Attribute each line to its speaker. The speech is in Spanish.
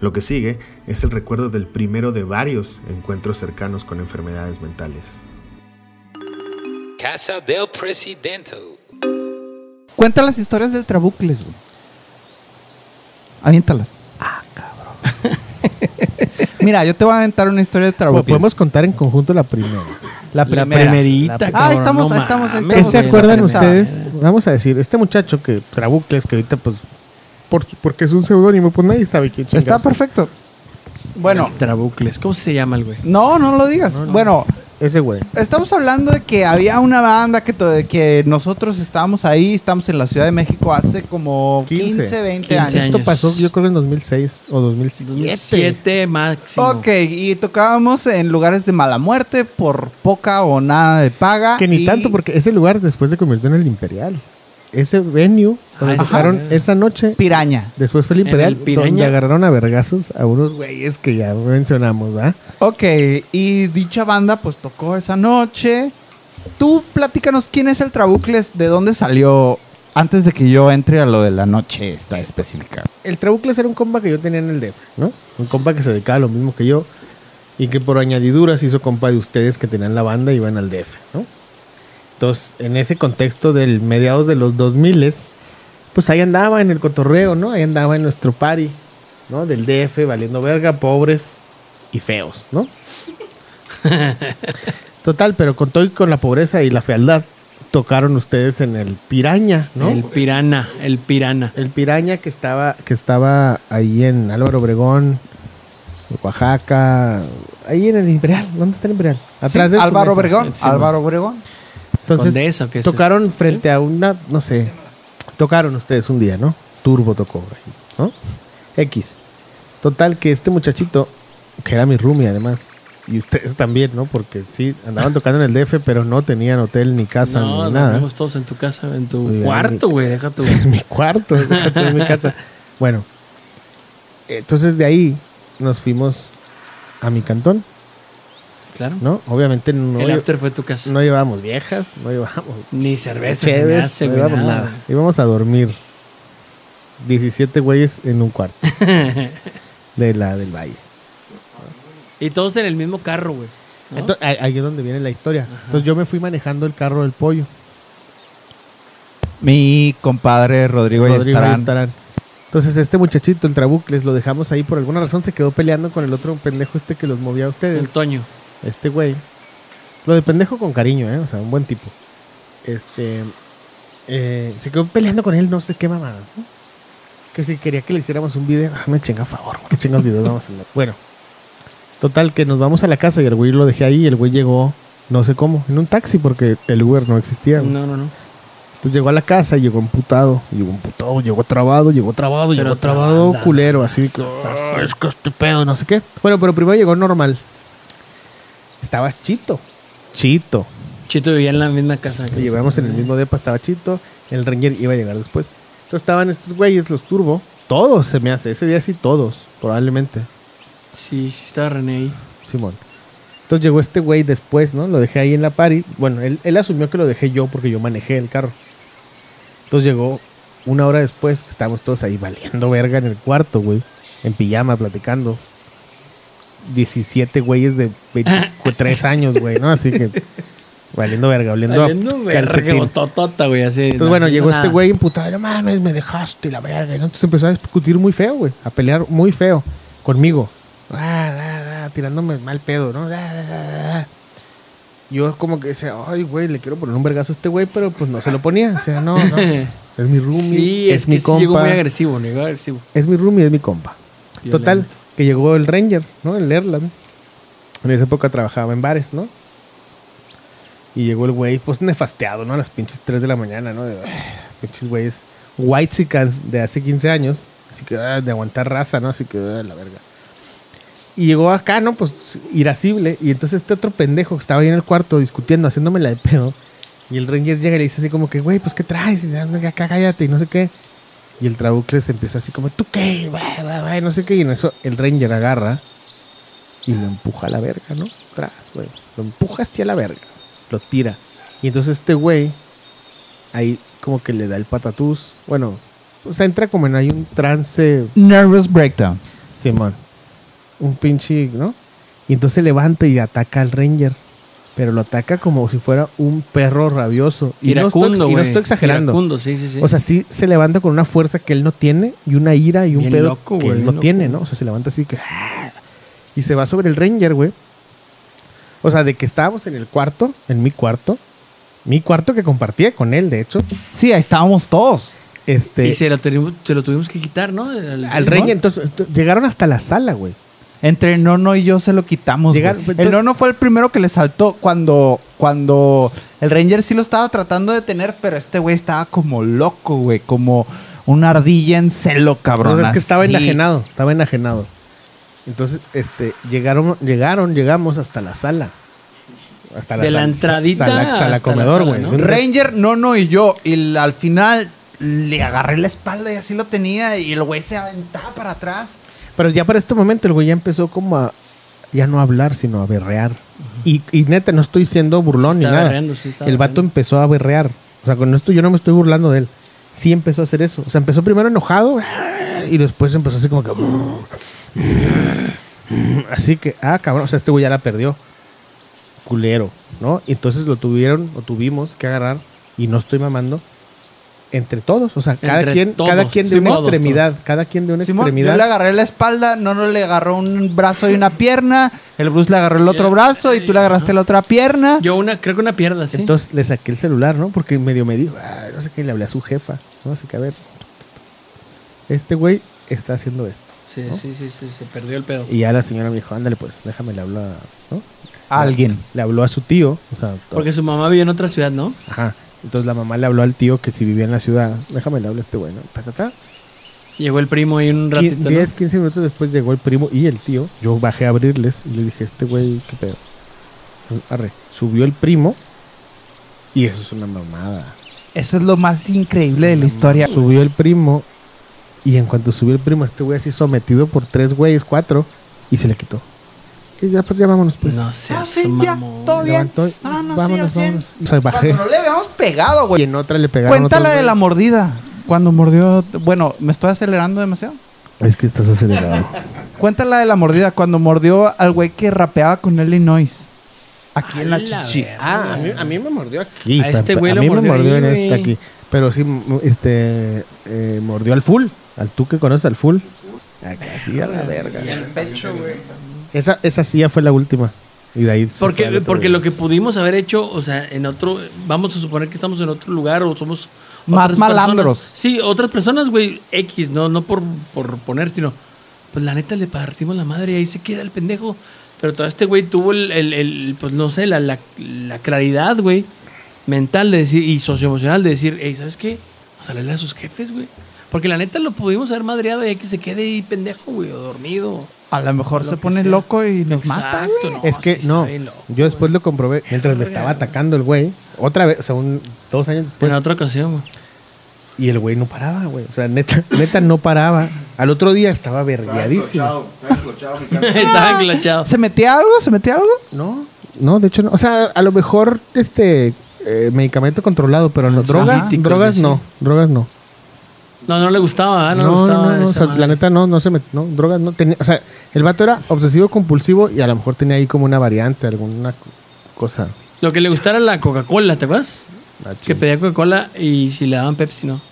Speaker 1: Lo que sigue es el recuerdo del primero de varios encuentros cercanos con enfermedades mentales.
Speaker 2: Casa del Presidente.
Speaker 3: Cuenta las historias del Trabucles, güey. Aviéntalas. Ah, cabrón. Mira, yo te voy a aventar una historia de
Speaker 4: Bueno,
Speaker 3: Trabucles.
Speaker 4: podemos contar en conjunto la primera.
Speaker 5: La
Speaker 3: primera.
Speaker 5: primerita.
Speaker 4: La- Ah,
Speaker 3: Ah,
Speaker 5: cabrón,
Speaker 3: estamos,
Speaker 5: no
Speaker 3: ahí estamos, ahí
Speaker 5: mames.
Speaker 3: estamos.
Speaker 4: ¿Se
Speaker 3: ahí
Speaker 4: acuerdan
Speaker 3: estamos.
Speaker 4: ustedes? Vamos a decir, este muchacho que Trabucles, que ahorita pues por, su- porque es un seudónimo, pues nadie sabe quién chingados
Speaker 3: Está
Speaker 4: es.
Speaker 3: perfecto. Bueno,
Speaker 5: Trabucles. ¿Cómo se llama el güey?
Speaker 3: no, no lo digas.
Speaker 4: No, no.
Speaker 3: Bueno,
Speaker 4: Ese güey.
Speaker 3: Estamos hablando de que había una banda que, to- que nosotros estábamos ahí, estamos en la Ciudad de México hace como 15,
Speaker 4: 15,
Speaker 3: 20
Speaker 5: 15
Speaker 3: años.
Speaker 4: Esto
Speaker 5: años.
Speaker 4: pasó yo creo en 2006 o 2007.
Speaker 5: 7 máximo.
Speaker 3: Ok, y tocábamos en lugares de mala muerte por poca o nada de paga.
Speaker 4: Que ni
Speaker 3: y-
Speaker 4: tanto, porque ese lugar después se convirtió en el Imperial. Ese venue donde
Speaker 5: Ah,
Speaker 4: tocaron
Speaker 5: ajá.
Speaker 4: esa noche,
Speaker 3: Piraña.
Speaker 4: después fue el
Speaker 5: En el
Speaker 4: Imperial, donde
Speaker 5: Piraña.
Speaker 4: agarraron a vergazos a unos güeyes que ya mencionamos, ¿verdad?
Speaker 3: Ok, y dicha banda pues tocó esa noche. Tú platícanos quién es el Trabucles, de dónde salió antes de que yo entre a lo de la noche está específica.
Speaker 4: el Trabucles era un compa que yo tenía en el DEF, ¿no? Un compa que se dedicaba a lo mismo que yo y que por añadiduras hizo compa de ustedes que tenían la banda y iban al DEF, ¿no? Entonces, en ese contexto del mediados de los 2000, pues ahí andaba en el cotorreo, ¿no? Ahí andaba en nuestro party, ¿no? Del DF, valiendo verga, pobres y feos, ¿no? Total, pero con todo y con la pobreza y la fealdad, tocaron ustedes en el Piraña, ¿no?
Speaker 5: El pirana, el pirana.
Speaker 4: El piraña que estaba, que estaba ahí en Álvaro Obregón, Oaxaca, ahí en el Imperial. ¿Dónde está el Imperial?
Speaker 3: Sí,
Speaker 4: de su
Speaker 3: Álvaro
Speaker 4: mesa.
Speaker 3: Obregón,
Speaker 5: Sí,
Speaker 3: Álvaro Obregón.
Speaker 4: Entonces,
Speaker 5: Condesa, ¿o qué es este,
Speaker 4: tocaron frente a una, no sé, tocaron ustedes un día, ¿no? Turbo tocó, ¿no? X. Total, que este muchachito, que era mi roomie además, y ustedes también, ¿no? Porque sí, andaban tocando en el DF, pero no tenían hotel ni casa
Speaker 5: no,
Speaker 4: ni
Speaker 5: nos
Speaker 4: nada.
Speaker 5: vimos todos en tu casa, en tu
Speaker 4: Muy bien,
Speaker 5: cuarto, güey. Deja tu.
Speaker 4: en mi cuarto, déjate en mi casa. Bueno, entonces de ahí nos fuimos a mi cantón,
Speaker 5: Claro.
Speaker 4: ¿no? Obviamente no,
Speaker 5: el
Speaker 4: lle-
Speaker 5: after fue tu casa.
Speaker 4: no llevábamos viejas, no llevábamos
Speaker 5: Ni cerveza se me
Speaker 4: cheves,
Speaker 5: hace,
Speaker 4: no
Speaker 5: güey.
Speaker 4: llevábamos nada.
Speaker 5: nada.
Speaker 4: Íbamos a dormir 17 güeyes en un cuarto de la del valle.
Speaker 5: y todos en el mismo carro, güey. ¿no?
Speaker 4: Entonces, ahí- ahí es donde viene la historia. Entonces yo me fui manejando el carro del pollo.
Speaker 3: Mi compadre Rodrigo,
Speaker 4: Rodrigo
Speaker 3: Ayestarán.
Speaker 4: Ayestarán. Entonces este muchachito, el Trabucles, lo dejamos ahí por alguna razón, se quedó peleando con el otro pendejo este que los movía a ustedes.
Speaker 5: el Toño.
Speaker 4: este güey. Lo de pendejo con cariño, ¿eh? O sea, un buen tipo. Este. eh, se quedó peleando con él, no sé qué mamada. ¿no? Que si quería que le hiciéramos un video. Ah, me chinga a favor, que chingados videos vamos a hacer. Bueno, total, que nos vamos a la casa y el güey lo dejé ahí. Y el güey llegó, no sé cómo, en un taxi porque el Uber no existía. güey.
Speaker 5: No, no, no.
Speaker 4: Entonces llegó a la casa y llegó emputado. Llegó emputado, llegó trabado, llegó trabado,
Speaker 5: Pero
Speaker 4: llegó trabado,
Speaker 5: trabada.
Speaker 4: culero, así. que,
Speaker 5: Sasazo.
Speaker 4: "Ah, es que este pedo, no sé qué. Bueno, pero primero llegó normal. Estaba Chito. Chito.
Speaker 5: Chito vivía en la misma casa.
Speaker 4: Lo
Speaker 5: que
Speaker 4: llevamos en el mismo depa, estaba Chito. El Ranger iba a llegar después. Entonces estaban estos güeyes, los Turbo. Todos se me hace. Ese día sí, todos, probablemente.
Speaker 5: Sí, sí, estaba René ahí.
Speaker 4: Simón. Entonces llegó este güey después, ¿no? Lo dejé ahí en la party. Bueno, él, él asumió que lo dejé yo porque yo manejé el carro. Entonces llegó una hora después, que estábamos todos ahí valiendo verga en el cuarto, güey. En pijama, platicando. 17 güeyes de 23 años, güey, ¿no? Así que valiendo verga, oliendo a
Speaker 5: Valiendo
Speaker 4: calcetín.
Speaker 5: verga, totota, güey. Así.
Speaker 4: Entonces,
Speaker 5: no
Speaker 4: bueno,
Speaker 5: haciendo
Speaker 4: llegó este
Speaker 5: nada.
Speaker 4: güey imputado, no mames, me dejaste y la verga. ¿no? Entonces empezó a discutir muy feo, güey, a pelear muy feo conmigo. Ah, ah, ah, tirándome mal pedo, ¿no? Ah, ah, ah, ah. Yo como que decía, ay, güey, le quiero poner un vergazo a este güey, pero pues no se lo ponía. O sea, no, no. Es mi roomie,
Speaker 5: Sí,
Speaker 4: es,
Speaker 5: es,
Speaker 4: mi
Speaker 5: que sí llegó
Speaker 4: compa.
Speaker 5: muy agresivo, no llegó agresivo.
Speaker 4: es mi roomie, es mi compa. Total,
Speaker 5: Violento.
Speaker 4: que llegó el Ranger, ¿no? El Erland. En esa época trabajaba en bares, ¿no? Y llegó el güey, pues nefasteado, ¿no? A las pinches 3 de la mañana, ¿no? De, "Ah, pinches güeyes. White de hace 15 años. Así que, ah, de aguantar raza, ¿no? Así que, ah, la verga. Y llegó acá, ¿no? Pues irascible. Y entonces este otro pendejo que estaba ahí en el cuarto discutiendo, haciéndome la de pedo. Y el Ranger llega y le dice así como que, güey, pues ¿qué traes? Y, "Ah, acá cállate y no sé qué. Y el Trabucles empieza así como, ¿tú qué? Bah, bah, bah", no sé qué. Y en eso el Ranger agarra y lo empuja a la verga, ¿no? Tras, güey. Lo empuja hacia la verga. Lo tira. Y entonces este güey ahí como que le da el patatús. Bueno, o sea, entra como en hay un trance
Speaker 3: Nervous Breakdown.
Speaker 4: Simón. Un pinche, ¿no? Y entonces se levanta y ataca al Ranger. Pero lo ataca como si fuera un perro rabioso. Y no estoy ex-
Speaker 5: Iracundo,
Speaker 4: y
Speaker 5: güey.
Speaker 4: no estoy exagerando.
Speaker 5: Iracundo, sí, sí, sí.
Speaker 4: O sea, sí se levanta con una fuerza que él no tiene y una ira y un
Speaker 5: Bien
Speaker 4: pedo
Speaker 5: loco,
Speaker 4: que él
Speaker 5: güey, bien
Speaker 4: no
Speaker 5: loco.
Speaker 4: tiene, ¿no? O sea, se levanta así que... ¡ah! Y se va sobre el Ranger, güey. O sea, de que estábamos en el cuarto, en mi cuarto. Mi cuarto que compartía con él, de hecho.
Speaker 3: Sí, ahí estábamos todos.
Speaker 4: Este,
Speaker 5: y se lo, tuvimos, se lo tuvimos que quitar, ¿no? Al,
Speaker 4: al
Speaker 5: Simón.
Speaker 4: Ranger, entonces ent- llegaron hasta la sala, güey.
Speaker 3: Entre Nono y yo se lo quitamos. güey.
Speaker 4: Llegaron, pues,
Speaker 3: el
Speaker 4: entonces-
Speaker 3: Nono fue el primero que le saltó cuando, cuando el Ranger sí lo estaba tratando de detener, pero este güey estaba como loco, güey, como una ardilla en celo, cabrón.
Speaker 4: No, es que estaba
Speaker 3: así.
Speaker 4: enajenado, estaba enajenado. Entonces, este, llegaron, llegaron, llegamos hasta la sala. Hasta la
Speaker 5: De la
Speaker 4: sala-
Speaker 5: entradita
Speaker 4: Sala, sala
Speaker 5: hasta
Speaker 4: comedor,
Speaker 5: la
Speaker 4: güey.
Speaker 5: sala,
Speaker 4: De un re-
Speaker 3: Ranger, Nono y yo, y l- al final le agarré la espalda y así lo tenía y el güey se aventaba para atrás.
Speaker 4: Pero ya para este momento el güey ya empezó como a ya no a hablar, sino a berrear. y, y neta, no estoy siendo burlón
Speaker 5: Sí
Speaker 4: ni
Speaker 5: estaba
Speaker 4: nada.
Speaker 5: berreando, sí estaba
Speaker 4: el vato
Speaker 5: berreando.
Speaker 4: empezó a berrear. O sea, con esto yo no me estoy burlando de él. Sí empezó a hacer eso. O sea, empezó primero enojado y después empezó así como que. Así que, ah, cabrón, o sea, este güey ya la perdió. Culero, ¿no? Y entonces lo tuvieron o tuvimos que agarrar, y no estoy mamando, entre todos. O sea, cada
Speaker 5: Entre
Speaker 4: quien, cada
Speaker 5: todos,
Speaker 4: quien de una
Speaker 5: Simón.
Speaker 4: extremidad, cada quien de una
Speaker 3: Simón, yo
Speaker 4: extremidad.
Speaker 3: le agarré la espalda, Nono le agarró un brazo y una pierna, el Bruce le agarró el otro
Speaker 5: Ya,
Speaker 3: brazo y tú le agarraste la otra pierna.
Speaker 5: Yo una, creo que una pierna, sí.
Speaker 4: Entonces le saqué el celular, ¿no? Porque medio me dijo, "Ay, no sé qué, y le hablé a su jefa. No sé qué, a ver. Este güey está haciendo esto.
Speaker 5: sí,
Speaker 4: ¿no?
Speaker 5: sí, sí, sí, se perdió el pedo.
Speaker 4: Y ya la señora me dijo, ándale, pues déjame, le hablo a. ¿no?
Speaker 3: A alguien.
Speaker 4: Le habló a su tío, o sea.
Speaker 5: Porque su mamá vive en otra ciudad, ¿no?
Speaker 4: Ajá. Entonces la mamá le habló al tío que si vivía en la ciudad, déjame le hablo a este güey, ¿no? Ta, ta, ta.
Speaker 5: Llegó el primo ahí un
Speaker 4: Qui-
Speaker 5: ratito,
Speaker 4: 10, 15 minutos después llegó el primo y el tío. Yo bajé a abrirles y les dije, este güey, qué pedo. Arre. Subió el primo y eso es una mamada.
Speaker 3: Eso es lo más increíble de la historia.
Speaker 4: Subió el primo y en cuanto subió el primo, este güey así sometido por tres güeyes, cuatro, y se le quitó. Y ya, pues ya vámonos,
Speaker 5: ¿no?
Speaker 4: pues.
Speaker 5: No
Speaker 4: Se
Speaker 5: seas
Speaker 3: sí, ya,
Speaker 5: mamón.
Speaker 3: todo bien.
Speaker 4: levantó y-
Speaker 3: Ah, no, sí,
Speaker 4: vámonos,
Speaker 3: al cien.
Speaker 4: vámonos. O sea, bajé.
Speaker 3: Cuando no le habíamos pegado,
Speaker 4: Y
Speaker 3: güey.
Speaker 4: en otra le pegaron.
Speaker 3: Cuéntala
Speaker 4: otros
Speaker 3: de la
Speaker 4: güeyes.
Speaker 3: mordida. Cuando mordió. Bueno, ¿me estoy acelerando demasiado?
Speaker 4: Es que estás acelerado.
Speaker 3: Cuéntala de la mordida. Cuando mordió al güey que rapeaba con Illinois. Aquí en la
Speaker 5: A la
Speaker 3: chichi.
Speaker 5: verga.
Speaker 4: ah, a mí, a mí me mordió aquí.
Speaker 5: A este güey lo
Speaker 4: mí
Speaker 5: mordió
Speaker 4: me mordió
Speaker 5: ahí,
Speaker 4: en este
Speaker 5: güey.
Speaker 4: aquí. Pero sí, m- este. eh, mordió al full. Al tú que conoces al full. Acá sí, a la verga.
Speaker 3: pecho, güey.
Speaker 4: Esa, esa sí ya fue la última. Y de ahí. se fue al
Speaker 5: Porque,
Speaker 4: otro
Speaker 5: porque
Speaker 4: güey.
Speaker 5: lo que pudimos haber hecho, o sea, en otro, vamos a suponer que estamos en otro lugar o somos...
Speaker 3: Más
Speaker 5: otras
Speaker 3: malandros.
Speaker 5: personas. Sí, otras personas, güey, X, no, no por, por poner, sino, pues la neta le partimos la madre y ahí se queda el pendejo. Pero todo este güey tuvo el, el- el, pues no sé, la, la- la claridad, güey, mental de decir, y socioemocional de decir, hey, ¿sabes qué? Vamos a hablarle a sus jefes, güey. Porque la neta lo pudimos haber madreado y hay que se quede ahí pendejo, güey, o dormido.
Speaker 3: A lo mejor se
Speaker 5: Lo que
Speaker 3: pone
Speaker 5: sea.
Speaker 3: loco y nos mata. güey.
Speaker 5: Exacto, no,
Speaker 4: es que
Speaker 5: sí está
Speaker 4: no,
Speaker 5: bien loco,
Speaker 4: yo después lo comprobé mientras me estaba atacando el güey, otra vez, o sea, un- dos años después,
Speaker 5: en otra ocasión, güey.
Speaker 4: y el güey no paraba, güey. O sea, neta, neta no paraba. Al otro día estaba vergueadísimo.
Speaker 5: Estaba enclachado.
Speaker 3: ¿Se metía algo? ¿Se metía algo?
Speaker 4: No, no, de hecho no. O sea, a lo mejor este eh, medicamento controlado, pero no, drogas,
Speaker 5: analíticos,
Speaker 4: drogas
Speaker 5: dice.
Speaker 4: no, drogas no.
Speaker 5: No, no le gustaba, ¿eh?
Speaker 4: No,
Speaker 5: no, le
Speaker 4: no,
Speaker 5: gustaba.
Speaker 4: no, o
Speaker 5: esa
Speaker 4: sea,
Speaker 5: madre.
Speaker 4: la neta no, no se met- no, drogas no tenía, o sea, el vato era obsesivo compulsivo y a lo mejor tenía ahí como una variante, alguna co- cosa.
Speaker 5: Lo que le gustara era la Coca-Cola, ¿te acuerdas?
Speaker 4: Ah,
Speaker 5: Que pedía Coca-Cola y si le daban Pepsi, no.